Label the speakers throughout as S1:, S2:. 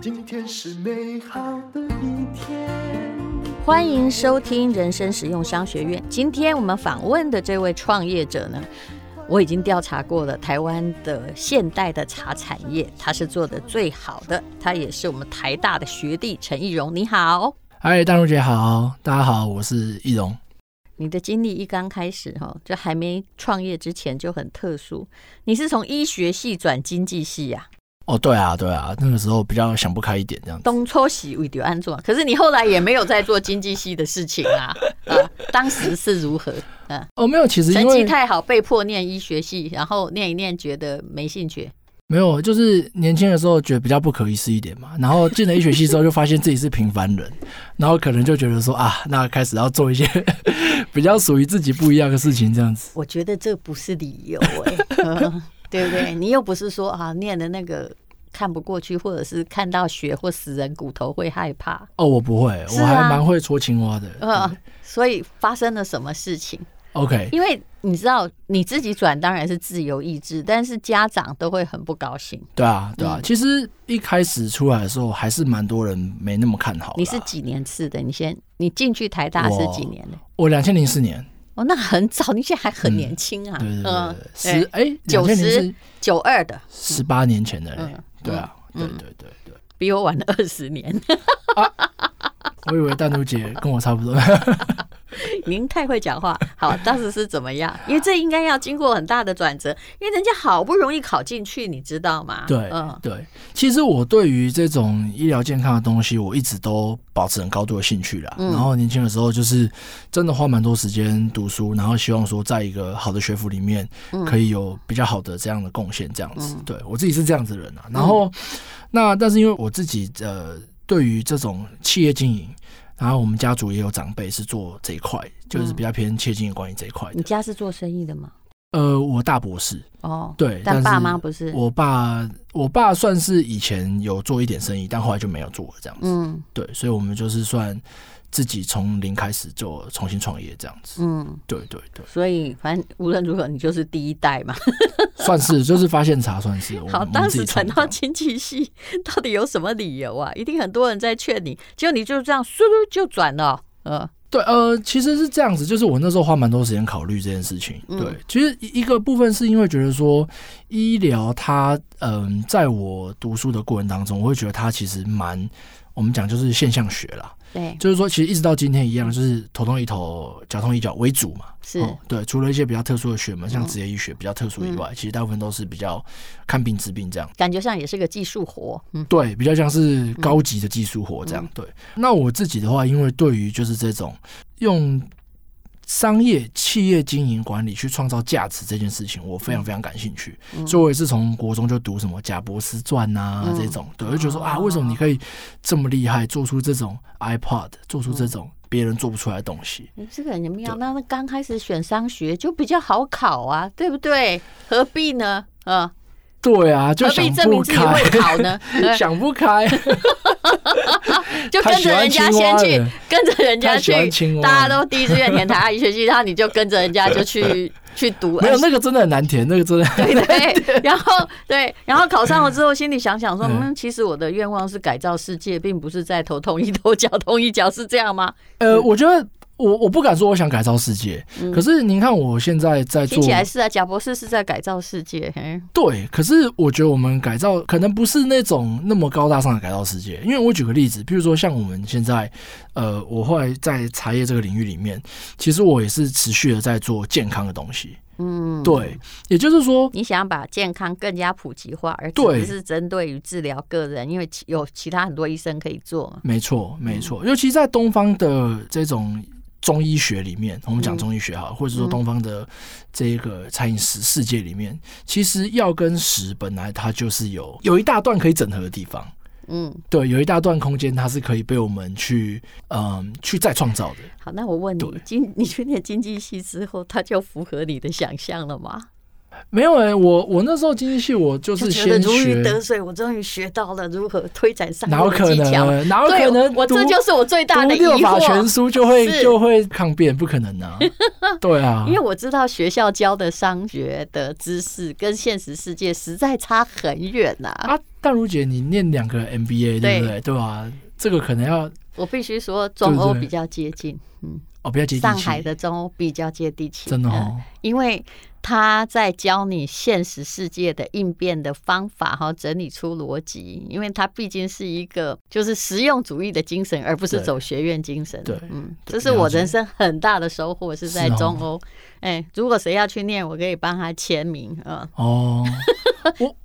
S1: 今天是美好的一天。
S2: 欢迎收听人生实用商学院。今天我们访问的这位创业者呢，我已经调查过了台湾的现代的茶产业，他是做的最好的，他也是我们台大的学弟陈义荣。你好，
S3: 嗨，大荣姐好，大家好，我是易容。
S2: 你的经历一刚开始哈，就还没创业之前就很特殊，你是从医学系转经济系呀、
S3: 哦，对啊，对啊，那个时候比较想不开一点这样子。
S2: 东抽西为丢安坐，可是你后来也没有在做经济系的事情啊啊！当时是如何？
S3: 哦，没有，其实因
S2: 成绩
S3: 为
S2: 太好，被迫念医学系，然后念一念觉得没兴趣，
S3: 没有，就是年轻的时候觉得比较不可一世一点嘛，然后进了医学系之后，就发现自己是平凡人， 然后可能就觉得说啊，那开始要做一些 比较属于自己不一样的事情这样子。
S2: 我觉得这不是理由哎、 嗯对不对？你又不是说啊，念的那个看不过去，或者是看到血或死人骨头会害怕，
S3: 哦，我不会，
S2: 是
S3: 我还
S2: 啊
S3: 蛮会戳青蛙的。
S2: 呃
S3: 对，
S2: 所以发生了什么事情？
S3: OK，
S2: 因为你知道你自己转当然是自由意志，但是家长都会很不高兴。
S3: 对啊，对啊
S2: 嗯，
S3: 其实一开始出来的时候，还是蛮多人没那么看好啦。
S2: 你是几年次的？你先，你进去台大是几年的？
S3: 我两千零四年，
S2: 哦，那很早，你现在还很年轻啊。
S3: 对对对，
S2: 嗯
S3: 十哎
S2: 九
S3: 两千零四
S2: 十九二的，
S3: 十八年前的嘞、
S2: 嗯
S3: 对啊，对对对对，
S2: 比我晚了二十年。
S3: 我以为淡如姐跟我差不多，
S2: 您太会讲话。好，当时是怎么样？ 因为这应该要经过很大的转折，因为人家好不容易考进去，你知道吗？
S3: 对、
S2: 嗯，
S3: 对。其实我对于这种医疗健康的东西，我一直都保持很高度的兴趣啦。
S2: 嗯
S3: 然后年轻的时候就是真的花蛮多时间读书，然后希望说在一个好的学府里面
S2: 嗯
S3: 可以有比较好的这样的贡献，这样子。对我自己是这样子的人
S2: 嗯
S3: 啊。然后、那但是因为我自己呃对于这种企业经营。然后我们家族也有长辈是做这一块，
S2: 嗯
S3: 就是比较偏切近管理这一块的
S2: 你。家是做生意的吗？
S3: 呃，我大伯是，
S2: 哦，
S3: 对，
S2: 但爸
S3: 是
S2: 妈不是。
S3: 我爸，我爸算是以前有做一点生意，但后来就没有做了这样子。
S2: 嗯
S3: 对，所以我们就是算自己从零开始就重新创业这样子。
S2: 嗯，
S3: 对对对，
S2: 所以反正无论如何，你就是第一代嘛。
S3: 算是就是发现茶，算是我 们
S2: 好，
S3: 我们
S2: 当
S3: 自己
S2: 时
S3: 创
S2: 转
S3: 的
S2: 到经济系，到底有什么理由啊？一定很多人在劝你，结果你就这样嗖嗖就转了。呃，
S3: 对，呃，其实是这样子，就是我那时候花蛮多时间考虑这件事情。
S2: 嗯
S3: 对，其实一一个部分是因为觉得说医疗它，嗯、在我读书的过程当中，我会觉得它其实蛮，我们讲就是现象学啦，
S2: 对，
S3: 就是说其实一直到今天一样，就是头痛医头，脚痛医脚为主嘛。
S2: 是，
S3: 哦，对，除了一些比较特殊的学门，像
S2: 嗯
S3: 职业医学比较特殊以外，其实大部分都是比较看病治病这样。
S2: 感觉上也是个技术活。嗯
S3: 对，比较像是高级的技术活这样。对，那我自己的话，因为对于就是这种用商业企业经营管理去创造价值这件事情，我非
S2: 嗯
S3: 常非常感兴趣，所以我也是从国中就读什么贾伯斯传啊、
S2: 嗯
S3: 这种，对，我就觉得说啊，为什么你可以这么厉害，做出这种 iPod，做出这
S2: 嗯
S3: 种别人做不出来的东西？
S2: 你这个很妙，那那刚开始选商学就比较好考啊，对不对？何必呢？嗯，
S3: 对啊，就
S2: 何
S3: 想
S2: 必证
S3: 不
S2: 明自己
S3: 开
S2: 会。考呢？对
S3: 想 不开，
S2: 就跟着人家
S3: 他喜
S2: 先去
S3: 欢青蛙了，
S2: 跟着人家
S3: 他喜欢
S2: 去
S3: 青，蛙
S2: 大家都第一志愿填台大医学系，然后你就跟着人家就 去去读，
S3: 没有那个真的很难填，那个真的
S2: 对对，然后对，然后考上了之后，心里想想说，
S3: 嗯
S2: 嗯，其实我的愿望是改造世界，并不是在头痛一头， 脚痛一脚，是这样吗？
S3: 呃，我觉得我我不敢说我想改造世界，可是您看我现在在
S2: 嗯听
S3: 做
S2: 起，来是啊，贾博士是在改造世界，嘿，
S3: 对，可是我觉得我们改造可能不是那种那么高大上的改造世界，因为我举个例子，譬如说像我们现在，呃，我后来在茶叶这个领域里面，其实我也是持续的在做健康的东西，
S2: 嗯，
S3: 对，也就是说，
S2: 你想把健康更加普及化，而
S3: 对
S2: 只是针对于治疗个人，因为其有其他很多医生可以做嘛。
S3: 没错，没错，尤其在东方的这种中医学里面，我们讲中医学
S2: 嗯
S3: 好，或者说东方的这一个餐饮食世界里面，其实药跟食本来它就是有有一大段可以整合的地方，
S2: 嗯，
S3: 对，有一大段空间它是可以被我们去嗯、去再创造的。
S2: 好，那我问你，
S3: 对
S2: 经你去念经济系之后，它就符合你的想象了吗？
S3: 没有哎、我我那时候经济系我就是
S2: 就觉得
S3: 先
S2: 如鱼
S3: 学，
S2: 得水，我终于学到了如何推展上
S3: 哪有
S2: 路
S3: 可
S2: 技巧。
S3: 能？啊哪有
S2: 对
S3: 可能读？
S2: 我这就是我最大
S3: 读
S2: 的疑
S3: 六法全
S2: 惑，
S3: 书就会
S2: 是
S3: 就会抗辩，不可 能啊！对啊，
S2: 因为我知道学校教的商学的知识跟现实世界实在差很远呐、
S3: 啊，淡如姐，你念两个 MBA 对不对？对吧、啊这个可能要
S2: 我必须说，中
S3: 对
S2: 欧
S3: 不对
S2: 比较接近，嗯，
S3: 哦，不要接地
S2: 上
S3: 气
S2: 海的中欧比较接地气，
S3: 真的
S2: 嗯
S3: 哦，
S2: 因为他在教你现实世界的应变的方法，哈，整理出逻辑。因为他毕竟是一个就是实用主义的精神，而不是
S3: 对
S2: 走学院精神。
S3: 对
S2: 嗯，
S3: 对
S2: 这是我
S3: 了解
S2: 人生很大的收获，是在
S3: 是哦
S2: 中欧。哎，如果谁要去念，我可以帮他签名啊。
S3: 哦。我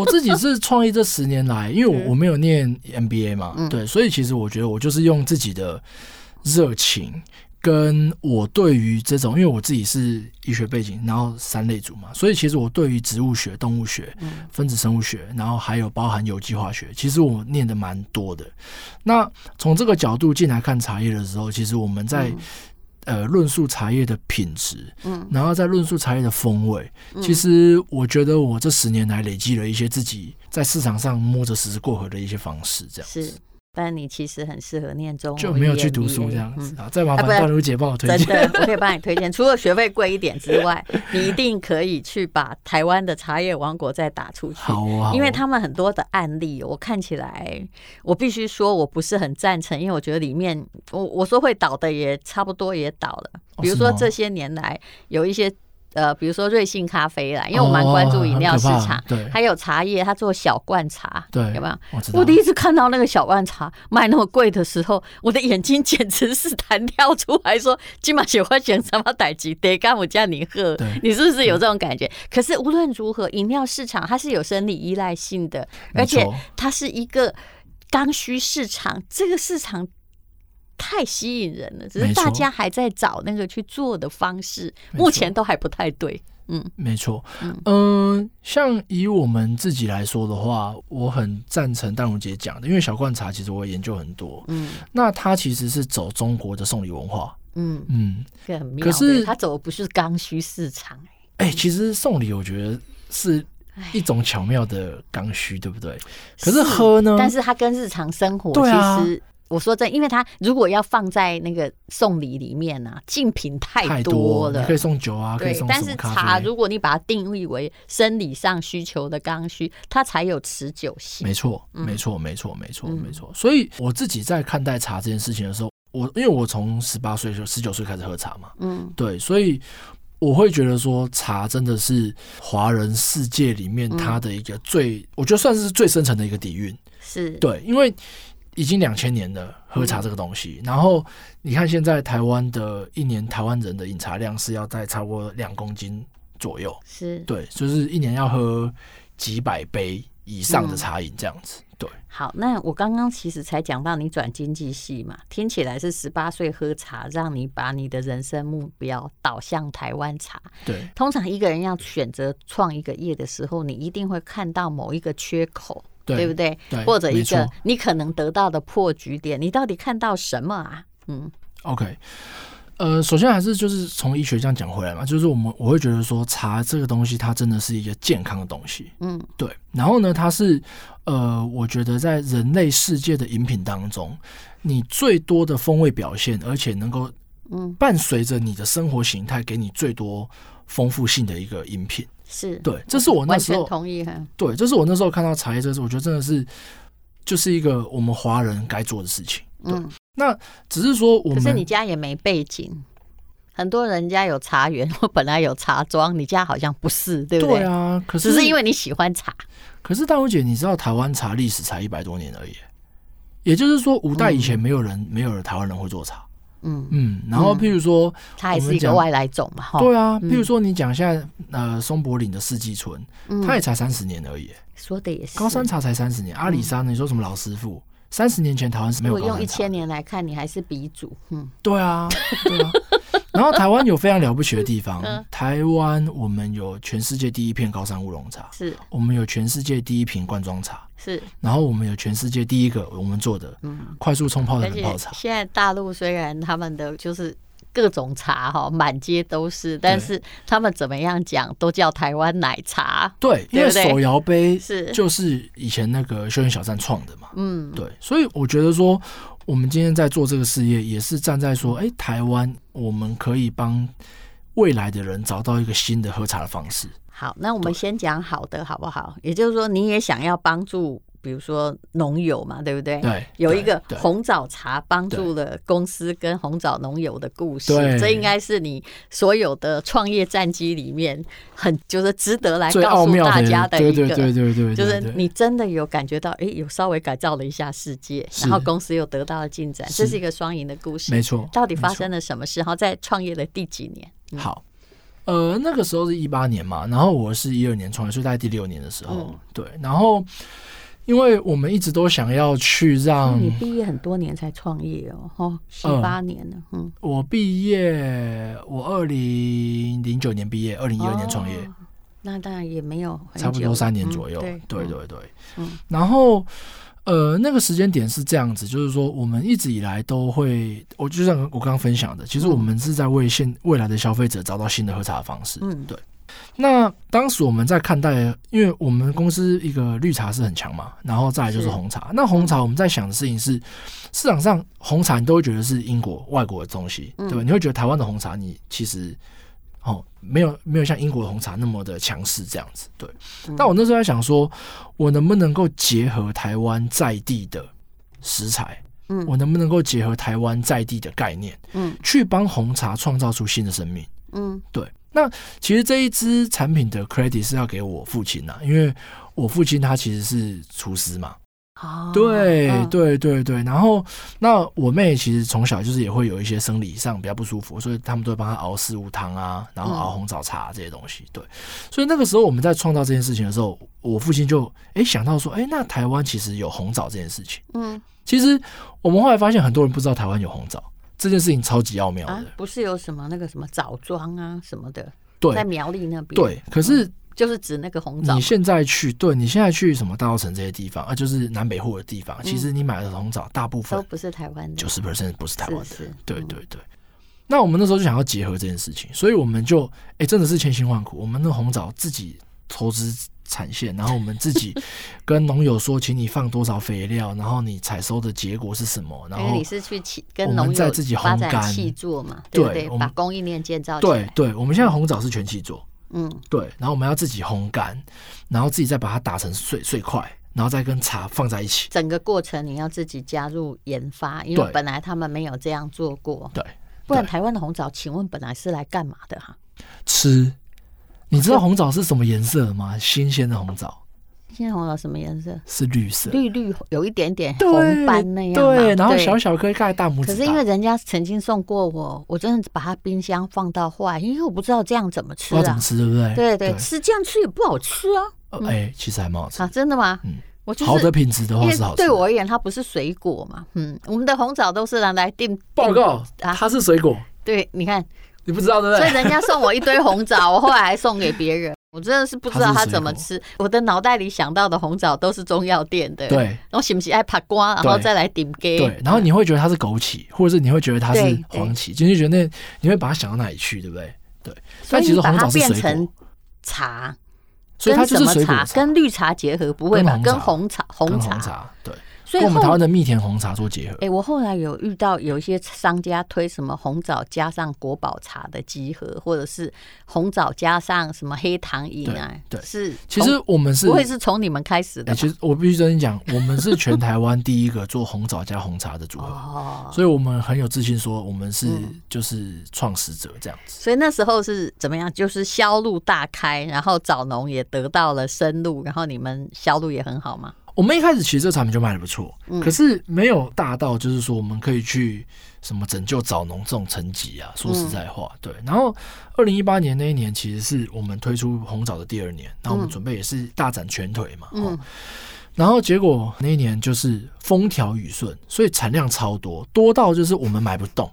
S3: 我自己是创业这十年来，因为我我没有念 MBA 嘛，
S2: 嗯
S3: 对，所以其实我觉得我就是用自己的热情。跟我对于这种，因为我自己是医学背景，然后三类组嘛，所以其实我对于植物学、动物学、
S2: 嗯
S3: 分子生物学，然后还有包含有机化学，其实我念的蛮多的。那从这个角度进来看茶叶的时候，其实我们在、呃论述茶叶的品质，
S2: 嗯，
S3: 然后再论述茶叶的风味。其实我觉得我这十年来累积了一些自己在市场上摸着石子过河的一些方式，这样
S2: 是，但你其实很适合念中欧，
S3: 就没有去读书
S2: EMBA
S3: 这样子
S2: 嗯
S3: 啊。再麻烦
S2: 啊不然
S3: 段如姐帮我推
S2: 真
S3: 荐。
S2: 的，我可以帮你推 荐。除了学费贵一点之外，你一定可以去把台湾的茶叶王国再打出去。
S3: 好哦，好哦
S2: 因为他们很多的案例，我看起来，我必须说我不是很赞成，因为我觉得里面，我我说会倒的也差不多也倒了。
S3: 哦
S2: 比如
S3: 是
S2: 说
S3: 吗
S2: 这些年来有一些呃，比如说瑞幸咖啡啦，因为我蛮关注饮料市
S3: 哦很可
S2: 场
S3: 怕，对
S2: 还有茶叶，它做小罐茶，
S3: 对，
S2: 有没有？
S3: 我知道
S2: 我第一次看到那个小罐茶卖那么贵的时候，我的眼睛简直是弹跳出来说：“今晚喜欢选什么代级，得干我叫你喝
S3: 对。”
S2: 你是不是有这种感觉？可是无论如何，饮料市场它是有生理依赖性的，而
S3: 没错
S2: 且它是一个刚需市场，这个市场。太吸引人了，只是
S3: 没错
S2: 大家还在找那个去做的方式，
S3: 没错
S2: 目前都还不太对。
S3: 没错
S2: 嗯，
S3: 嗯、像以我们自己来说的话，我很赞成淡如姐讲的，因为小罐茶其实我也研究很多，
S2: 嗯
S3: 那它其实是走中国的送礼文化，
S2: 嗯，
S3: 嗯，
S2: 这个很妙
S3: 可
S2: 的。
S3: 是
S2: 他走的不是刚需市场、
S3: 哎、其实送礼我觉得是一种巧妙的刚需，对不对？可是喝呢？
S2: 但是它跟日常生活
S3: 对啊
S2: 其实。我说真，因为它如果要放在那个送礼里面呢、啊，竞品
S3: 太
S2: 太多了。
S3: 你可以送酒啊，可以
S2: 对
S3: 送，
S2: 但
S3: 什
S2: 是
S3: 么
S2: 茶
S3: 咖啡？
S2: 如果你把它定义为生理上需求的刚需，它才有持久性。
S3: 没错，没错，没错，没错，没错。所以我自己在看待茶这件事情的时候，我因为我从十八岁、十九岁开始喝茶嘛，
S2: 嗯
S3: 对，所以我会觉得说，茶真的是华人世界里面它的一个最，我觉得算是最深层的一个底蕴。
S2: 是，
S3: 对，因为已经两千年了，喝茶这个东西。然后你看现在台湾的一年台湾人的饮茶量是要在超过两公斤左右，
S2: 是。
S3: 对，就是一年要喝几百杯以上的茶饮这样子。对，
S2: 好，那我刚刚其实才讲到你转经济系嘛，听起来是十八岁喝茶，让你把你的人生目标导向台湾茶。
S3: 对，
S2: 通常一个人要选择创一个业的时候，你一定会看到某一个缺口，
S3: 对
S2: 不对？
S3: 对
S2: 或者一
S3: 没
S2: 个
S3: 错
S2: 你可能得到的破局点，你到底看到什么啊？嗯
S3: OK，呃，首先还是就是从医学这样讲回来嘛，就是我们我会觉得说茶这个东西它真的是一个健康的东西，
S2: 嗯，
S3: 对。然后呢，它是呃，我觉得在人类世界的饮品当中，你最多的风味表现，而且能够
S2: 嗯
S3: 伴随着你的生活形态，给你最多丰富性的一个饮品。
S2: 是，
S3: 对，这是我那
S2: 完
S3: 时
S2: 全
S3: 候
S2: 同意啊哈。
S3: 对，这是我那时候看到茶叶这个事，我觉得真的是就是一个我们华人该做的事情。对，
S2: 嗯
S3: 那只是说我
S2: 可
S3: 们
S2: 是你家也没背景，很多人家有茶园， 我本来有茶庄，你家好像不是，对不对？
S3: 对啊，可是
S2: 只是因为你喜欢茶，
S3: 可是大茹姐，你知道台湾茶历史才一百多年而已，也就是说五代以前没有人、没有人台湾人会做茶。
S2: 嗯，嗯
S3: 嗯，然后譬如说，
S2: 它还
S3: 我
S2: 是
S3: 们
S2: 一个
S3: 讲
S2: 外来种嘛，哈。
S3: 对啊，譬如说你讲现在呃松柏岭的四季春，它也才三十年而已，
S2: 说的也嗯是。嗯
S3: 高山茶才三十年，阿里山你说什么老师傅，三十年前台湾是没
S2: 如
S3: 有
S2: 果
S3: 高
S2: 用一
S3: 山茶
S2: 千。年来看，你还是鼻祖，嗯，
S3: 对啊，对啊。 然后台湾有非常了不起的地方，
S2: 嗯
S3: 台湾我们有全世界第一片高山乌龙茶，
S2: 是
S3: 我们有全世界第一瓶罐装茶，
S2: 是。
S3: 然后我们有全世界第一个我们做的快速冲泡的
S2: 嗯而
S3: 冷
S2: 且
S3: 泡茶，
S2: 现在大陆虽然他们的就是各种茶哈，满街都是，但是他们怎么样讲都叫台湾奶茶。
S3: 对，因
S2: 对
S3: 为
S2: 不对
S3: 手摇杯
S2: 是
S3: 就是以前那个休闲小站创的嘛，
S2: 嗯，
S3: 对，所以我觉得说，我们今天在做这个事业，也是站在说，哎、台湾我们可以帮未来的人找到一个新的喝茶的方式。
S2: 好，那我们先讲好的好不好？也就是说，你也想要帮助，比如说农友嘛，对不对？
S3: 对
S2: 有一个
S3: 对对
S2: 红枣茶帮助了公司跟红枣农友的故事
S3: 对，
S2: 这应该是你所有的创业战绩里面很就是值得来
S3: 最奥
S2: 告诉
S3: 妙
S2: 大
S3: 的
S2: 家，的
S3: 对
S2: 一
S3: 对对
S2: 个。
S3: 对对，
S2: 就是
S3: 对
S2: 你真的有感觉到，诶，有稍微改造了一下世界，
S3: 是
S2: 然后公司又得到了进展，
S3: 是
S2: 这是一个双赢的故事。
S3: 没错，
S2: 到底
S3: 没
S2: 发
S3: 错
S2: 生了什么事？然后在创业的第几年？
S3: 好，呃，那个时候是一八年嘛，然后我是一二年创业，所以大概第六年的时候，
S2: 嗯
S3: 对，然后因为我们一直都想要去让
S2: 你毕业很多年才创业哦，哦，十八年了，嗯，
S3: 我毕业，我二零零九年毕业，二零一二年创业，
S2: 哦那当然也没有很久
S3: 差不多三年左右，
S2: 嗯
S3: 对
S2: 嗯
S3: 对对，
S2: 嗯
S3: 然后。呃，那个时间点是这样子，就是说，我们一直以来都会，我就像我刚刚分享的，
S2: 嗯
S3: 其实我们是在为现未来的消费者找到新的喝茶的方式。
S2: 嗯
S3: 对。那当时我们在看待，因为我们公司一个绿茶是很强嘛，然后再来就是
S2: 是
S3: 红茶。那红茶我们在想的事情是，市场上红茶你都会觉得是英国、外国的东西，
S2: 嗯
S3: 对吧？你会觉得台湾的红茶你其实哦没有没有像英国的红茶那么的强势这样子，对。
S2: 嗯
S3: 那我那时候在想说，我能不能够结合台湾在地的食材，
S2: 嗯
S3: 我能不能够结合台湾在地的概念，
S2: 嗯
S3: 去帮红茶创造出新的生命？
S2: 嗯
S3: 对，那其实这一支产品的 credit 是要给我父亲呐、因为我父亲他其实是厨师嘛。
S2: 哦
S3: 对、
S2: 嗯
S3: 对对对，然后那我妹其实从小就是也会有一些生理上比较不舒服，所以他们都会帮她熬四物汤啊，然后熬
S2: 嗯
S3: 红枣茶这些东西。对，所以那个时候我们在创造这件事情的时候，我父亲就哎想到说，哎，那台湾其实有红枣这件事情。
S2: 嗯
S3: 其实我们后来发现很多人不知道台湾有红枣这件事情，超级奥妙的。
S2: 啊，不是有什么那个什么枣庄啊什么的，在
S3: 对
S2: 苗栗那边，，嗯
S3: 对，可是
S2: 就是指那个红枣
S3: 你，现在去，对你现在去什么大稻城这些地方啊，就是南北货的地方，其实你买的红枣大部
S2: 嗯都
S3: 分
S2: 不是台湾的
S3: 九，十 percent 不是台湾的，
S2: 是是
S3: 对
S2: 嗯
S3: 对对。那我们那时候就想要结合这件事情，所以我们就哎、诶真的是千辛万苦，我们那红枣自己投资产线，然后我们自己跟农友说，请你放多少肥料，然后你采收的结果是什么，然
S2: 因为
S3: 后
S2: 哎你是去起跟
S3: 我们
S2: 农
S3: 在
S2: 友
S3: 自己烘
S2: 发展
S3: 干
S2: 气作嘛，对不
S3: 对
S2: 对
S3: 我？们
S2: 把供应链建造起
S3: 对
S2: 来，
S3: 对，我们现在红枣是全气做，
S2: 嗯
S3: 对，然后我们要自己烘干，然后自己再把它打成碎碎块，然后再跟茶放在一起。
S2: 整个过程你要自己加入研发，因为
S3: 对
S2: 本来他们没有这样做过，
S3: 对，
S2: 不然
S3: 对
S2: 台湾的红枣，请问本来是来干嘛的哈、
S3: 吃。你知道红枣是什么颜色吗？新鲜的红枣
S2: 现在红枣什么颜色？
S3: 是绿色，
S2: 绿绿有一点点
S3: 对
S2: 红斑那样嘛
S3: 对，然后小。小颗，盖大拇指大。
S2: 可是因为人家曾经送过我，我真的把它冰箱放到坏，因为我不知道这样怎么
S3: 不知
S2: 吃
S3: 道怎
S2: 啊
S3: 么。吃，对不对？
S2: 对对，吃这样吃也不好吃啊！
S3: 呃哎、其实还蛮好吃。
S2: 啊，真的吗？
S3: 嗯
S2: 我就是
S3: 好的品质的
S2: 因
S3: 话
S2: 为
S3: 哦是好吃的。
S2: 对我而言，它不是水果嘛。嗯，我们的红枣都是拿来定
S3: 报。告，
S2: 啊
S3: 它是水果，
S2: 对，你看，
S3: 你不知道对不
S2: 所以
S3: 对？
S2: 人家送我一堆红 枣，我后来还送给别人，我真的是不知道他怎么吃。我的脑袋里想到的红枣都是中药店的，，
S3: 对
S2: 我是不是爱扒瓜，然后
S3: 对
S2: 再来顶给？
S3: 对，然后你会觉得它是枸杞，或者是你会觉得它
S2: 对
S3: 是
S2: 对
S3: 黄芪，就你觉得那你会把它想到哪里去，对不对？对，
S2: 所
S3: 但
S2: 以
S3: 其
S2: 你
S3: 实
S2: 把
S3: 红
S2: 它
S3: 枣是
S2: 变
S3: 水
S2: 成
S3: 果，
S2: 茶，
S3: 所以它
S2: 跟
S3: 就
S2: 什
S3: 是
S2: 么
S3: 水果
S2: 茶？
S3: 茶
S2: 跟绿茶结合不会吧？
S3: 跟
S2: 跟
S3: 红
S2: 红茶，红
S3: 跟
S2: 茶
S3: 红。茶，对，
S2: 所
S3: 跟
S2: 以
S3: 我们台
S2: 后
S3: 湾，的蜜甜红茶做结合。
S2: 哎，我后来有遇到有一些商家推什么红枣加上国宝茶的集合，或者是红枣加上什么黑糖饮啊，
S3: 对对
S2: 是
S3: 其
S2: 从
S3: 实我们是
S2: 不会是从你们开始的
S3: 哎、
S2: 吧？
S3: 其实我必须跟你讲，我们是全台湾第一个做红枣加红茶的组合，
S2: 哦，
S3: 所以我们很有自信说我们是就是创始者这样子。
S2: 所以那时候是怎么样？就是销路大开，然后枣农也得到了深入，然后你们销路也很好嘛。
S3: 我们一开始其实这个产品就卖的不错，可是没有大到就是说我们可以去什么拯救枣农这种层级啊。说实在话，对。然后二零一八年那一年其实是我们推出红枣的第二年，然后我们准备也是大展拳腿嘛，哦
S2: 嗯，
S3: 然后结果那一年就是风调雨顺，所以产量超多，多到就是我们买不动。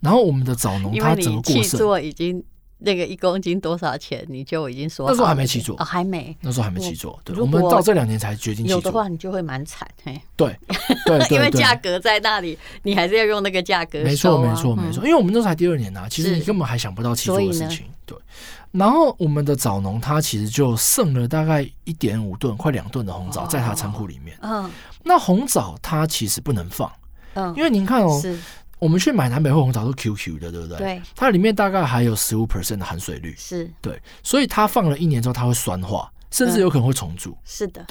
S3: 然后我们的枣农
S2: 因
S3: 他
S2: 为
S3: 折
S2: 你
S3: 过
S2: 去
S3: 剩，
S2: 做已经那个一公斤多少钱，你就已经说
S3: 那时候
S2: 好
S3: 还没
S2: 了
S3: 起做
S2: 哦，还没
S3: 那时候还没起做，对，
S2: 如
S3: 我们
S2: 果
S3: 到这两年才决定起
S2: 有的
S3: 做
S2: 话，，你就会蛮惨嘿，
S3: 对， 对，对
S2: 因为
S3: 对
S2: 价格在那里，你还是要用那个价格、啊
S3: 没错，没错，没。错，因为我们那时候才第二年呐、其
S2: 嗯
S3: 实
S2: 是
S3: 你根本还想不到起做
S2: 所以
S3: 的事
S2: 呢
S3: 情。对，然后我们的枣农他其实就剩了大概一点五吨，快两吨的红
S2: 哦
S3: 枣在他仓库里面。
S2: 嗯
S3: 那红枣它其实不能放，
S2: 嗯，
S3: 因为您看哦，
S2: 是
S3: 我们去买南北货红枣都 QQ 的，对不对？
S2: 对
S3: 它里面大概还有十五 percent 的含水率，
S2: 是
S3: 对，所以它放了一年之后，它会酸化，甚至有可能会重组。
S2: 是的，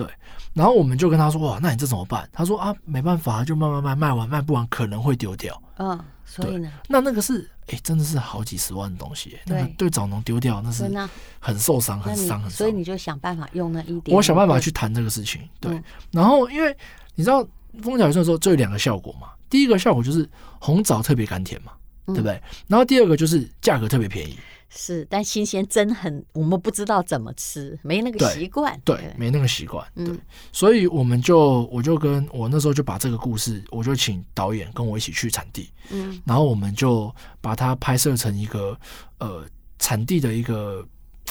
S3: 然后我们就跟他说：“哇，那你这怎么办？”他说：“啊，没办法，就慢慢卖，卖完卖不完可能会丢掉。”
S2: 嗯，所以呢，
S3: 那那个是哎、真的是好几十万的东西、那
S2: 对
S3: 个对枣农丢掉那是
S2: 所以那
S3: 很受伤、
S2: 那
S3: 很
S2: 你
S3: 伤、很
S2: 所
S3: 伤
S2: 以。你就想办法用那一点，
S3: 我想办法去谈这个事情，对。
S2: 嗯
S3: 然后因为你知道蜂巢雨顺的时候，就有两个效果嘛。第一个效果就是红枣特别甘甜嘛，
S2: 嗯
S3: 对不对？然后第二个就是价格特别便宜，
S2: 是，但新鲜真很，我们不知道怎么吃，没那个
S3: 对
S2: 习惯，
S3: 对，没那个习惯，对。
S2: 嗯
S3: 所以我们就我就跟我那时候就把这个故事，我就请导演跟我一起去产地，
S2: 嗯
S3: 然后我们就把它拍摄成一个呃产地的一个，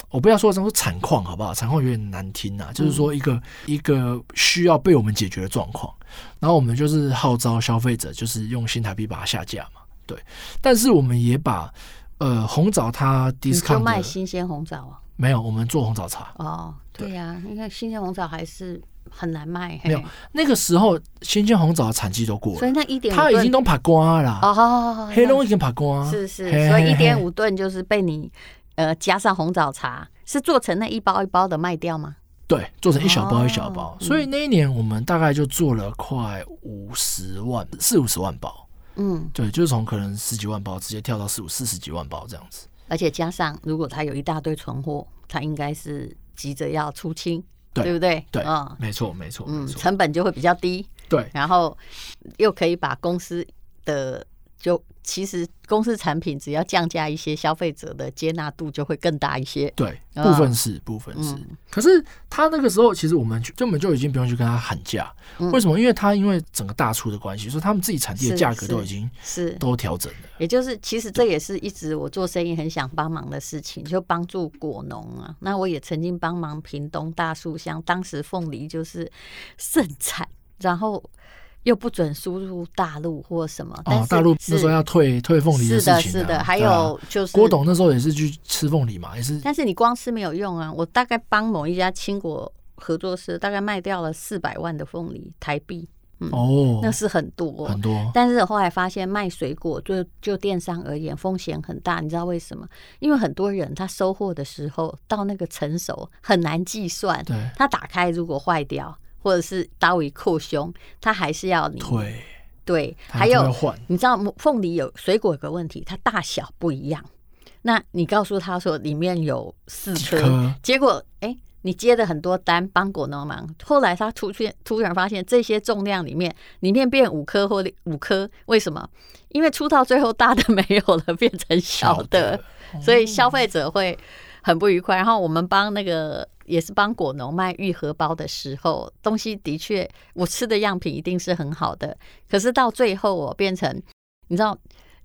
S3: 我不要说成说产况好不好？产况有点难听
S2: 嗯
S3: 啊，就是说一个、一个需要被我们解决的状况。然后我们就是号召消费者，就是用新台币把它下架嘛，对。但是我们也把呃红枣它
S2: 你就
S3: discount
S2: 卖
S3: 的
S2: 新鲜红枣啊？
S3: 没有，我们做红枣茶。
S2: 哦，对呀、因为新鲜红枣还是很难卖，嘿
S3: 没有那个时候新鲜红枣的产季都过
S2: 所以
S3: 了，
S2: 那一点
S3: 它已经都爬光了啦，
S2: 哦，好好好，
S3: 黑龙
S2: 那
S3: 已经爬光，
S2: 是是，
S3: 哦嘿
S2: 所以
S3: 嘿
S2: 一
S3: 嘿
S2: 点五吨就是被你呃加上红枣茶，是做成那一包一包的卖掉吗？
S3: 对，做成一小包一小包，
S2: 哦
S3: 所以那一年我们大概就做了快五十万、四五十万包，
S2: 嗯，
S3: 对，就是从可能十几万包直接跳到四五四十几万包这样子。
S2: 而且加上如果他有一大堆存货，他应该是急着要出清，
S3: 对
S2: 不对？
S3: 对，
S2: 嗯
S3: 没错，没错，没
S2: 嗯，
S3: 错，
S2: 成本就会比较低，
S3: 对，
S2: 然后又可以把公司的就其实公司产品只要降价一些，消费者的接纳度就会更大一些。
S3: 对，
S2: 嗯
S3: 部分是部分是。
S2: 嗯，
S3: 可是他那个时候，其实我们就根本就已经不用去跟他喊价，
S2: 嗯
S3: 为什么？因为他因为整个大出的关系，所以他们自己产地的
S2: 是
S3: 价格
S2: 是
S3: 都已经
S2: 是。
S3: 都调整了。
S2: 也就是，其实这也是一直我做生意很想帮忙的事情，就帮助果农啊。那我也曾经帮忙屏东大树乡，当时凤梨就是盛产，然后又不准输入大陆或什么。但
S3: 哦
S2: 是，
S3: 大陆
S2: 是
S3: 那时候要退退凤梨
S2: 是
S3: 事情、啊，
S2: 的，是
S3: 对
S2: 的，
S3: 啊
S2: 还有就是
S3: 郭董那时候也是去吃凤梨嘛，也是
S2: 但是你光吃没有用啊！我大概帮某一家青果合作社，大概卖掉了四百万的凤梨台币，
S3: 哦
S2: 那，是很多。
S3: 很多。
S2: 但是我后来发现，卖水果就就电商而言风险很大，你知道为什么？因为很多人他收货的时候到那个成熟很难计算，
S3: 对，
S2: 他打开如果坏掉，或者是刀一扣胸，他还是要你
S3: 腿，
S2: 对，
S3: 它
S2: 还
S3: 就
S2: 有哦
S3: 会换
S2: 你知道木凤梨有水果有个问题，它大小不一样。那你告诉他说里面有四
S3: 几
S2: 颗
S3: 颗，
S2: 结果哎、诶你接的很多单帮果农忙，后来他突现突然发现这些重量里面，里面变五颗或五颗，为什么？因为出到最后大的没有了，变成小的，所以消费者会很不愉快。然后我们帮那个也是帮果农卖愈合包的时候，东西的确我吃的样品一定是很好的，可是到最后我变成，你知道，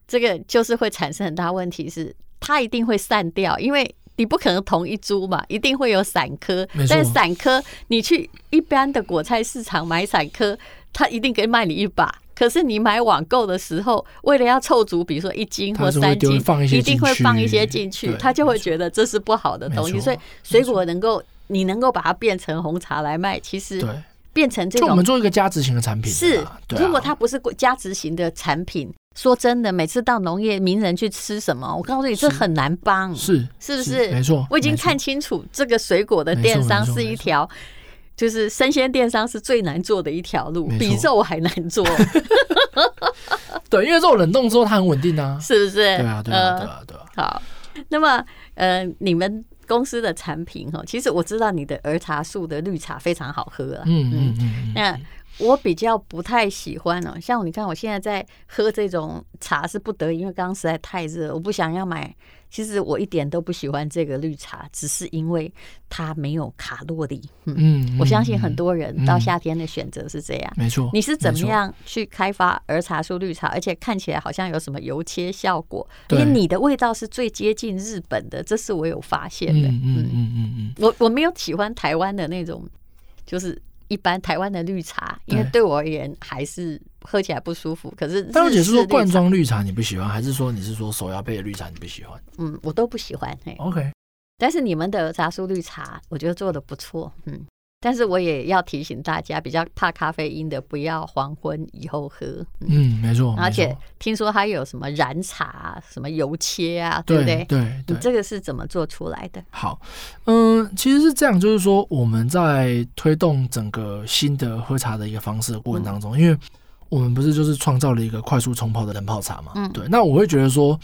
S2: 这个就是会产生很大问题是，它一定会散掉，因为。你不可能同一株嘛，一定会有散颗
S3: 没。错
S2: 但散颗，你去一般的果菜市场买散颗，它一定可以卖你一把。可是你买网购的时候，为了要凑足，比如说一斤
S3: 它
S2: 或
S3: 是会
S2: 三
S3: 丢
S2: 斤，
S3: 放一些
S2: 一定
S3: 进
S2: 会
S3: 去
S2: 放一些进去，
S3: 对
S2: 他就
S3: 没
S2: 会
S3: 错
S2: 觉得这是不好的东
S3: 没
S2: 西。
S3: 错
S2: 所以水果能够，你能够把它变成红茶来卖，其实
S3: 对，
S2: 变成这
S3: 就我们
S2: 种
S3: 做一个价值型的产品
S2: 是
S3: 的啦，，对啊
S2: 如果它不是价值型的产品，说真的，每次到农业名人去吃什么，我告诉你，这很难帮，
S3: 是
S2: 是不
S3: 是没错
S2: 我已经
S3: 没错
S2: 看清楚这个水果的
S3: 没错
S2: 电商
S3: 没错
S2: 是一条。就是生鲜电商是最难做的一条路，
S3: 没错
S2: 比肉还难 做，
S3: 对，因为肉冷冻之后它很稳定啊，
S2: 是不是？
S3: 对啊，对
S2: 呃
S3: 啊，对啊，对啊，
S2: 好，那么呃，你们公司的产品哈，其实我知道你的儿茶素的绿茶非常好喝啊。
S3: 嗯嗯嗯嗯，
S2: 那我比较不太喜欢哦，像你看我现在在喝这种茶是不得已，因为刚刚实在太热，我不想要买其实我一点都不喜欢这个绿茶，只是因为它没有卡路里。嗯，
S3: 嗯，
S2: 我相
S3: 嗯
S2: 信
S3: 嗯
S2: 很多人到夏天的选择是这样。
S3: 没错。
S2: 你是怎
S3: 哦没
S2: 么
S3: 错？
S2: 样去开发儿茶素绿茶，而且看起来好像有什么油切效果？因
S3: 对
S2: 为你的味道是最接近日本的，这是我有发现
S3: 嗯
S2: 的。
S3: 嗯嗯嗯嗯，
S2: 我我没有喜欢台湾的那种，就是一般台湾的绿茶，因为
S3: 对
S2: 对我而言还是喝起来不舒服。可是日
S3: 但我姐是
S2: 式绿
S3: 说
S2: 茶
S3: 罐，装绿茶你不喜欢，还是说你是说手摇杯的绿茶你不喜欢
S2: 嗯，我都不喜欢。嘿，
S3: ？OK，
S2: 但是你们的茶树绿茶，我觉得做的不错，嗯。但是我也要提醒大家，比较怕咖啡因的，不要黄昏以后喝。嗯，
S3: 嗯，没错。
S2: 而
S3: 没
S2: 且
S3: 错
S2: 听说还有什么染茶啊、什么油切啊，对不
S3: 对对
S2: 你
S3: 对，
S2: 这个是怎么做出来的？
S3: 好，嗯，其实是这样，就是说我们在推动整个新的喝茶的一个方式的过程当
S2: 嗯
S3: 中，因为我们不是就是创造了一个快速冲泡的冷泡茶嘛，
S2: 嗯
S3: 对。那我会觉得说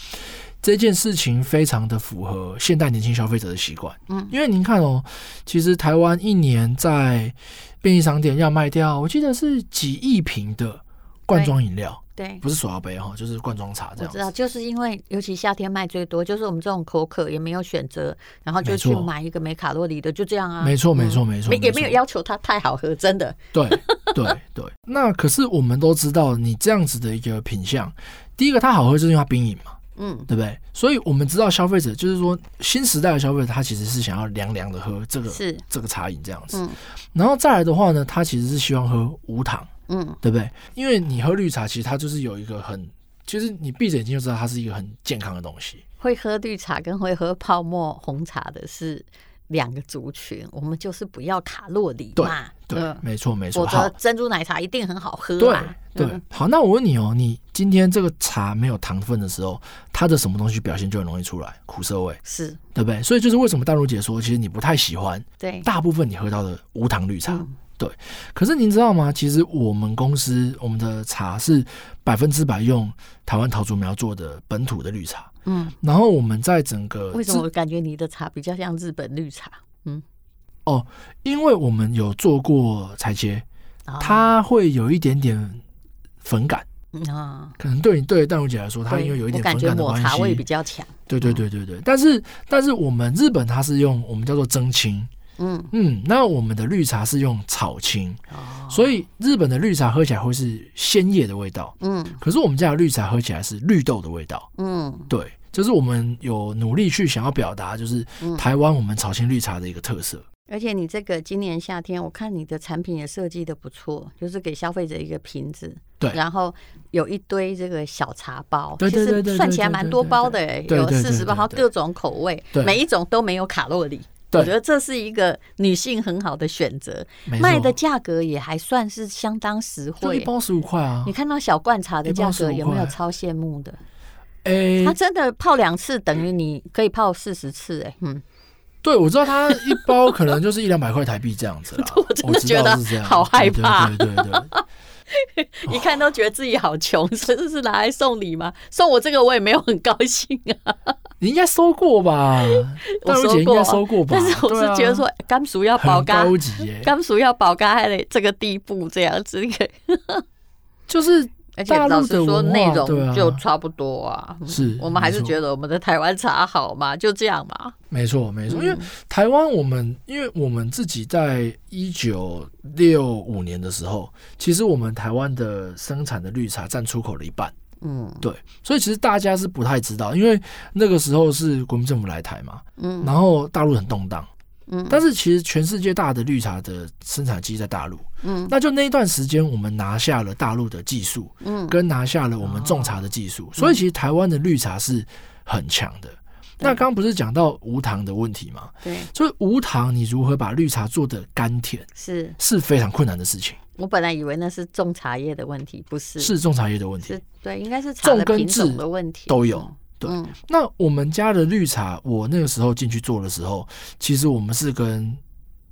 S3: 这件事情非常的符合现代年轻消费者的习惯，
S2: 嗯
S3: 因为您看哦，其实台湾一年在便利商店要卖掉，我记得是几亿瓶的罐装饮料，
S2: 对，
S3: 不是手摇杯哈、哦，就是罐装茶
S2: 我
S3: 这样
S2: 知
S3: 子。
S2: 道，就是因为尤其夏天卖最多，就是我们这种口渴也没有选择，然后就
S3: 没
S2: 去
S3: 错
S2: 买一个没卡路里的，就这样啊。
S3: 没错，没错，
S2: 嗯，
S3: 没错，
S2: 没也没有
S3: 错
S2: 要求它太好喝，真的。
S3: 对对对，那可是我们都知道，你这样子的一个品相，第一个它好喝就是因为它冰饮嘛，
S2: 嗯，
S3: 对不对？所以我们知道消费者就是说新时代的消费者，他其实是想要凉凉的喝这个
S2: 是，
S3: 这个茶饮这样子。
S2: 嗯
S3: 然后再来的话呢，他其实是希望喝无糖，
S2: 嗯，
S3: 对不对？因为你喝绿茶，其实它就是有一个很，其实你闭着眼睛就知道它是一个很健康的东西。
S2: 会喝绿茶跟会喝泡沫红茶的是两个族群，我们就是不要卡路里
S3: 对
S2: 嘛。
S3: 对，
S2: 嗯
S3: 没错没错。
S2: 否则
S3: 好，
S2: 珍珠奶茶一定很好喝
S3: 对
S2: 啊。
S3: 对
S2: 嗯，
S3: 好，那我问你哦，你今天这个茶没有糖分的时候，它的什么东西表现就很容易出来？苦涩味，
S2: 是，
S3: 对不对？所以就是为什么淡如姐说，其实你不太喜欢
S2: 对，
S3: 大部分你喝到的无糖绿茶。
S2: 嗯
S3: 对，可是您知道吗？其实我们公司我们的茶是百分之百用台湾桃竹苗做的本土的绿茶，
S2: 嗯，
S3: 然后我们在整个
S2: 为什么我感觉你的茶比较像日本绿茶？
S3: 因为我们有做过裁切，
S2: 啊
S3: 它会有一点点粉感，
S2: 嗯啊，
S3: 可能对你对淡如姐来说，它
S2: 对
S3: 因为有
S2: 我
S3: 一点
S2: 感
S3: 粉
S2: 觉
S3: 感的
S2: 抹
S3: 关系，
S2: 茶味比较强。
S3: 对对对对对，但是但是我们日本它是用我们叫做蒸青，
S2: 嗯，
S3: 嗯，那我们的绿茶是用炒青，
S2: 哦，
S3: 所以日本的绿茶喝起来会是鲜叶的味道，
S2: 嗯
S3: 可是我们家的绿茶喝起来是绿豆的味道。
S2: 嗯
S3: 对，就是我们有努力去想要表达，就是
S2: 嗯。
S3: 台湾我们炒青绿茶的一个特色。
S2: 而且你这个今年夏天，我看你的产品也设计的不错，就是给消费者一个瓶子，
S3: 对
S2: 然后有一堆这个小茶包，
S3: 对对对
S2: 其实
S3: 对
S2: 算起来蛮多包的耶，
S3: 对对
S2: 有
S3: 对对
S2: 四十包，然
S3: 对
S2: 后
S3: 对
S2: 各种口味
S3: 对，
S2: 每一种都没有卡路里。
S3: 对
S2: 我觉得这是一个女性很好的选择，
S3: 没错
S2: 卖的价格也还算是相当实
S3: 就一
S2: 惠。
S3: 包十五块啊
S2: 你，看到小罐茶的
S3: 一包
S2: 价格
S3: 15
S2: 有没有
S3: 块
S2: 超羡慕的？
S3: 诶、
S2: 它真的泡两次等于你可以泡四十次，哎，嗯，。
S3: 对，我知道它一包可能就是一两百块台币这样子啦
S2: 我真的
S3: 知
S2: 觉
S3: 道
S2: 得
S3: 是这样
S2: 好害
S3: 对
S2: 怕
S3: 对对对对
S2: 一看都觉得自己好穷，这是拿来送礼吗？送我这个我也没有很高兴 啊，
S3: 你应该收过吧？
S2: 我
S3: 大
S2: 收
S3: 如
S2: 过啊
S3: 姐应该收过吧？
S2: 但是我是
S3: 对啊
S2: 觉得说，哎甘薯要保
S3: 很
S2: 咖，
S3: 高级耶、
S2: 甘薯要保咖还得这个地步这样子，
S3: 就是
S2: 而且
S3: 大
S2: 老
S3: 陆的
S2: 实说
S3: 文化
S2: 内
S3: 对
S2: 容
S3: 啊
S2: 就差不多啊。
S3: 是
S2: 我们还是
S3: 没错
S2: 觉得我们的台湾茶好嘛，就这样嘛。
S3: 没错，没错，
S2: 嗯
S3: 因为台湾我们，因为我们自己在一九六五年的时候，其实我们台湾的生产的绿茶占出口的一半，
S2: 嗯
S3: 对，所以其实大家是不太知道，因为那个时候是国民政府来台嘛，
S2: 嗯
S3: 然后大陆很动荡，
S2: 嗯
S3: 但是其实全世界大的绿茶的生产基地在大陆，
S2: 嗯
S3: 那就那一段时间我们拿下了大陆的技术，
S2: 嗯，
S3: 跟拿下了我们种茶的技术，所以其实台湾的绿茶是很强的。那刚刚不是讲到无糖的问题吗？
S2: 对，
S3: 就是无糖，你如何把绿茶做的甘甜，
S2: 是
S3: 是非常困难的事情，
S2: 我本来以为那是种茶叶的问题，不是，
S3: 是种茶叶的问题
S2: 是。对，应该是茶的
S3: 种跟
S2: 品种
S3: 质
S2: 的问题
S3: 都有
S2: 嗯
S3: 对
S2: 嗯
S3: 那我们家的绿茶，我那个时候进去做的时候，其实我们是跟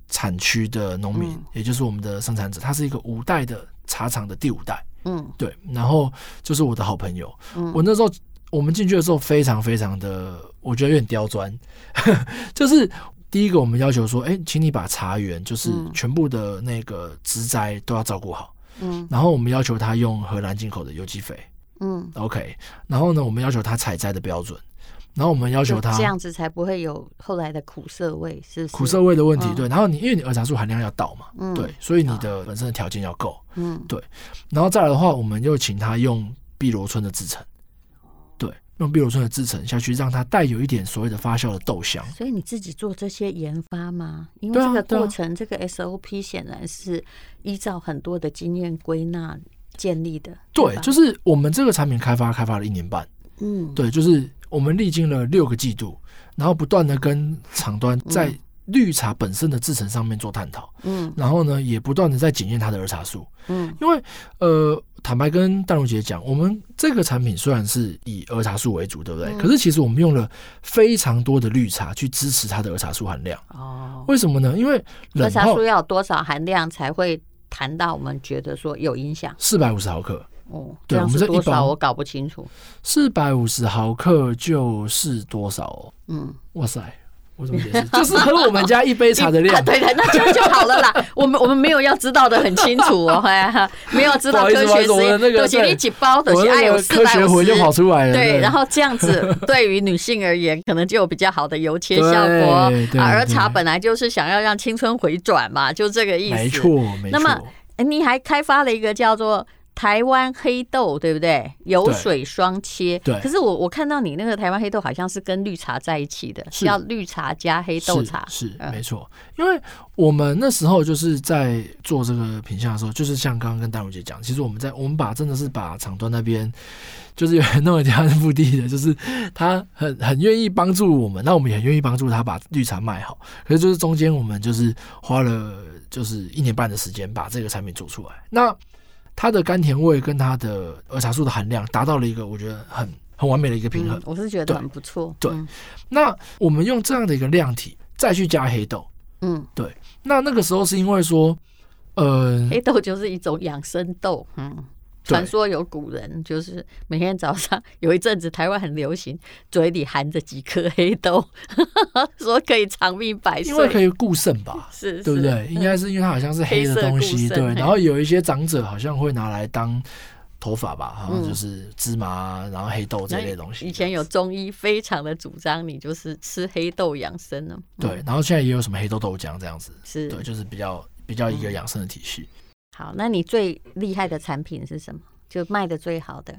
S3: 产区的农民，
S2: 嗯
S3: 也就是我们的生产者，他是一个五代的茶厂的第五代，
S2: 嗯
S3: 对。然后就是我的好朋友，
S2: 嗯
S3: 我那时候我们进去的时候非常非常的，我觉得有点刁钻， 就是第一个我们要求说，哎、请你把茶园就是
S2: 嗯
S3: 全部的那个植栽都要照顾好。
S2: 嗯
S3: 然后我们要求他用荷兰进口的有机肥
S2: 嗯
S3: ，OK。然后呢，我们要求他采摘的标准。然后我们要求
S2: 就
S3: 他
S2: 这样子才不会有后来的苦涩味，是不是？
S3: 苦涩味的问题，
S2: 嗯
S3: 对。然后你因为你儿茶素含量要到嘛，
S2: 嗯
S3: 对，所以你的本身的条件要够，
S2: 嗯，
S3: 然后再来的话，我们又请他用碧螺春的制成，对，用碧螺春的制成下去，让它带有一点所谓的发酵的豆香。
S2: 所以你自己做这些研发吗？因为
S3: 对啊
S2: 这个
S3: 对啊
S2: 过程，这个 SOP 显然是依照很多的经验归纳建立的。
S3: 对，
S2: 吧
S3: 就是我们这个产品开发开发了一年半，
S2: 嗯，
S3: 对，就是我们历经了六个季度，然后不断的跟厂端在绿茶本身的制成上面做探讨，
S2: 嗯
S3: 然后呢，也不断的在检验它的儿茶素，
S2: 嗯
S3: 因为呃，坦白跟淡如姐讲，我们这个产品虽然是以儿茶素为主，对不
S2: 嗯
S3: 对？可是其实我们用了非常多的绿茶去支持它的儿茶素含量。
S2: 哦，
S3: 为什么呢？因为
S2: 喝
S3: 冷
S2: 茶
S3: 泡
S2: 素要有多少含量才会谈到我们觉得说有影响？
S3: 四百五十毫克，
S2: 哦，这
S3: 对
S2: 样
S3: 我们
S2: 是
S3: 这
S2: 多
S3: 一般
S2: 少我搞不清楚。
S3: 四百五十毫克就是多少、哦？
S2: 嗯，
S3: 哇塞！我怎么 解释？就是和我们家一杯茶的量
S2: 啊，。对的，那这样就好了 啦。我们我们没有要知道的很清楚哦，哎呀，没有知道
S3: 不好意思
S2: 科学
S3: 不好
S2: 实
S3: 意思我
S2: 验，
S3: 的那个
S2: 都是你几包的，
S3: 我
S2: 是爱
S3: 那
S2: 有
S3: 个
S2: 四
S3: 科
S2: 百
S3: 学
S2: 五
S3: 魂就跑
S2: 十。
S3: 出来了。
S2: 对，然后这样 子对于女性而言，可能就有比较好的油切效果
S3: 对对
S2: 啊。儿茶
S3: 对
S2: 本来就是想要让青春回转嘛，就这个意思。
S3: 没错，没
S2: 那么
S3: 错，
S2: 哎，你还开发了一个叫做台湾黑豆，对不对？油
S3: 对
S2: 水双切。
S3: 对
S2: 可是我我看到你那个台湾黑豆好像是跟绿茶在一起的，
S3: 是
S2: 叫绿茶加黑豆茶。
S3: 是是
S2: 嗯
S3: 没错，因为我们那时候就是在做这个品相的时候，就是像刚刚跟丹如姐讲，其实我们在我们把真的是把厂端那边就是有人弄人家腹地的，就是他很很愿意帮助我们，那我们也很愿意帮助他把绿茶卖好。可是就是中间我们就是花了就是一年半的时间把这个产品做出来，那它的甘甜味跟它的儿茶素的含量达到了一个我觉得很很完美的一个平衡
S2: 嗯。，我是觉得
S3: 对
S2: 很不错。
S3: 对
S2: 嗯
S3: 那我们用这样的一个量体再去加黑豆。
S2: 嗯，
S3: 那那个时候是因为说，呃，
S2: 黑豆就是一种养生豆，嗯。
S3: 对
S2: 传说有古人，就是每天早上有一阵子台湾很流行，嘴里含着几颗黑豆， 说可以长命百岁，
S3: 因为可以固肾吧，
S2: 是是
S3: 对不对？应该是因为它好像是黑的东
S2: 黑
S3: 西，
S2: 色固
S3: 对。
S2: 肾
S3: 然后有一些长者好像会拿来当头发吧，好像
S2: 嗯
S3: 就是芝麻，啊然后黑豆这
S2: 那
S3: 类东西。
S2: 以前有中医非常的主张，你就是吃黑豆养生呢。嗯
S3: 对，然后现在也有什么黑豆豆浆这样子，
S2: 是嗯
S3: 对，就是比较比较一个养生的体系。
S2: 好，那你最厉害的产品是什么？就卖的最好的？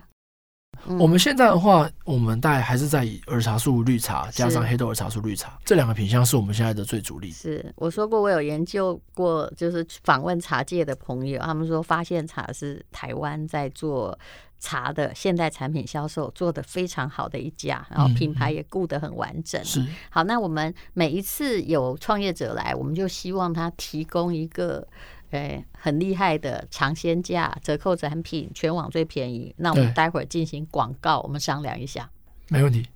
S2: 嗯
S3: 我们现在的话，我们大概还是在以儿茶素绿茶加上
S2: 是
S3: 黑豆儿茶素绿茶这两个品相是我们现在的最主力。
S2: 是我说过，我有研究过，就是访问茶界的朋友，他们说发现茶是台湾在做茶的现代产品销售做得非常好的一家，然后
S3: 嗯
S2: 品牌也顾得很完整。
S3: 是，
S2: 好，那我们每一次有创业者来，我们就希望他提供一个。呃，很厉害的尝鲜价、折扣产品，全网最便宜。那我们
S3: 对
S2: 待会儿进行广告，我们商量一下。
S3: 没问题。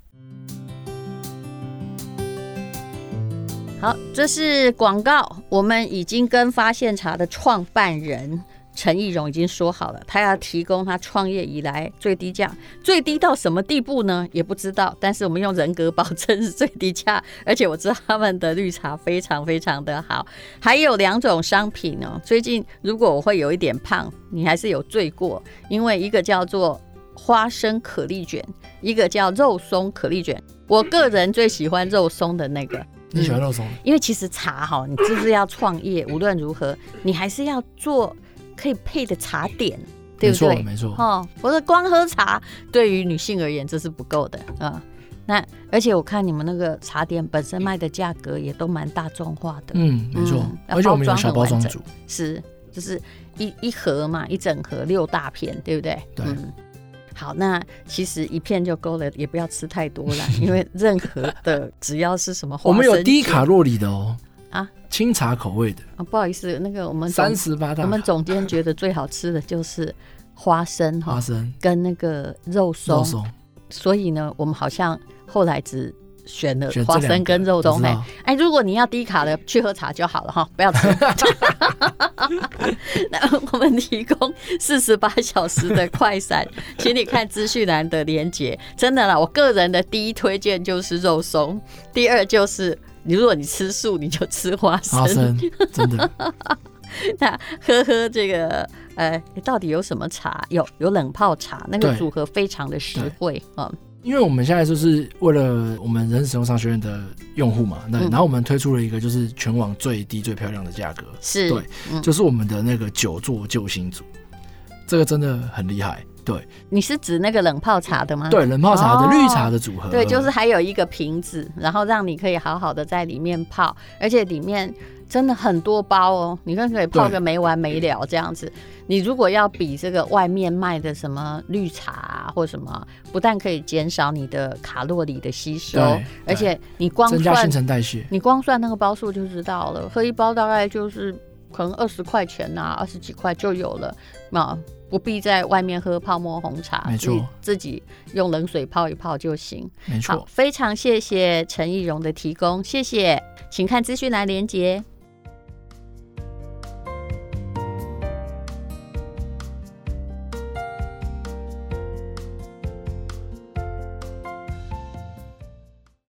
S2: 好，这是广告。我们已经跟发现茶的创办人陈义荣已经说好了，他要提供他创业以来最低价，最低到什么地步呢？也不知道。但是我们用人格保证是最低价，而且我知道他们的绿茶非常非常的好。还有两种商品哦，最近如果我会有一点胖，你还是有罪过，因为一个叫做花生可丽卷，一个叫肉松可丽卷。我个人最喜欢肉松的那个。
S3: 你喜欢肉松？
S2: 因为其实茶哈，你就是要创业，无论如何，你还是要做可以配的茶点，对
S3: 没
S2: 不
S3: 错，
S2: 对？
S3: 没错。
S2: 哦，否则光喝茶对于女性而言这是不够的啊、那而且我看你们那个茶点本身卖的价格也都蛮大众化的，
S3: 嗯，没错
S2: 嗯。
S3: 而且我们有小
S2: 要包装
S3: 包装
S2: 很完整
S3: 组。
S2: 是就是一一盒嘛，一整盒六大片，对不对？
S3: 对
S2: 嗯好，那其实一片就够了，也不要吃太 多了，因为任何的只要是什么花
S3: 我们有
S2: 生
S3: 低
S2: 酱
S3: 卡路里的哦，
S2: 啊，
S3: 清茶口味的，
S2: 啊，不好意思，那个我们总
S3: 三十八大
S2: 我们
S3: 卡
S2: 总监觉得最好吃的就是花生哈
S3: 花，生
S2: 跟那个肉松，
S3: 嗯肉松，
S2: 所以呢，我们好像后来只选了
S3: 选这
S2: 花
S3: 两个
S2: 生跟肉松
S3: 不知
S2: 哎
S3: 道
S2: 哎，如果你要低卡的，去喝茶就好了哈，不要吃。 那我们提供四十八小时的快 闪，请你看资讯栏的连接。真的啦，我个人的第一推荐就是肉松，第二就是你如果你吃素，你就吃
S3: 花 生，真的
S2: 那喝喝这个呃，到底有什么茶？有有冷泡茶，那个
S3: 对
S2: 组合非常的实惠啊、嗯
S3: 因为我们现在就是为了我们人使用商学院的用户嘛，那
S2: 嗯
S3: 然后我们推出了一个就是全网最低最漂亮的价格，
S2: 是，
S3: 对
S2: 嗯
S3: 就是我们的那个九座救星组，这个真的很厉害。对
S2: 你是指那个冷泡茶的吗？
S3: 对，冷泡茶的
S2: 哦
S3: 绿茶的组合，
S2: 对，就是还有一个瓶子，然后让你可以好好的在里面泡，而且里面真的很多包哦，你看可以泡
S3: 对
S2: 个没完没了这样子。你如果要比这个外面卖的什么绿茶、啊、或什么，不但可以减少你的卡路里的吸收
S3: 对，
S2: 而且你光
S3: 增加新
S2: 算
S3: 陈代谢。
S2: 你光算那个包数就知道了，喝一包大概就是可能二十块钱呐、二十几块就有了，那不必在外面喝泡沫红茶，
S3: 没错
S2: 自己自己用冷水泡一泡就行。
S3: 没
S2: 好
S3: 错，，
S2: 非常谢谢陈义荣的提供，谢谢，请看资讯栏连接。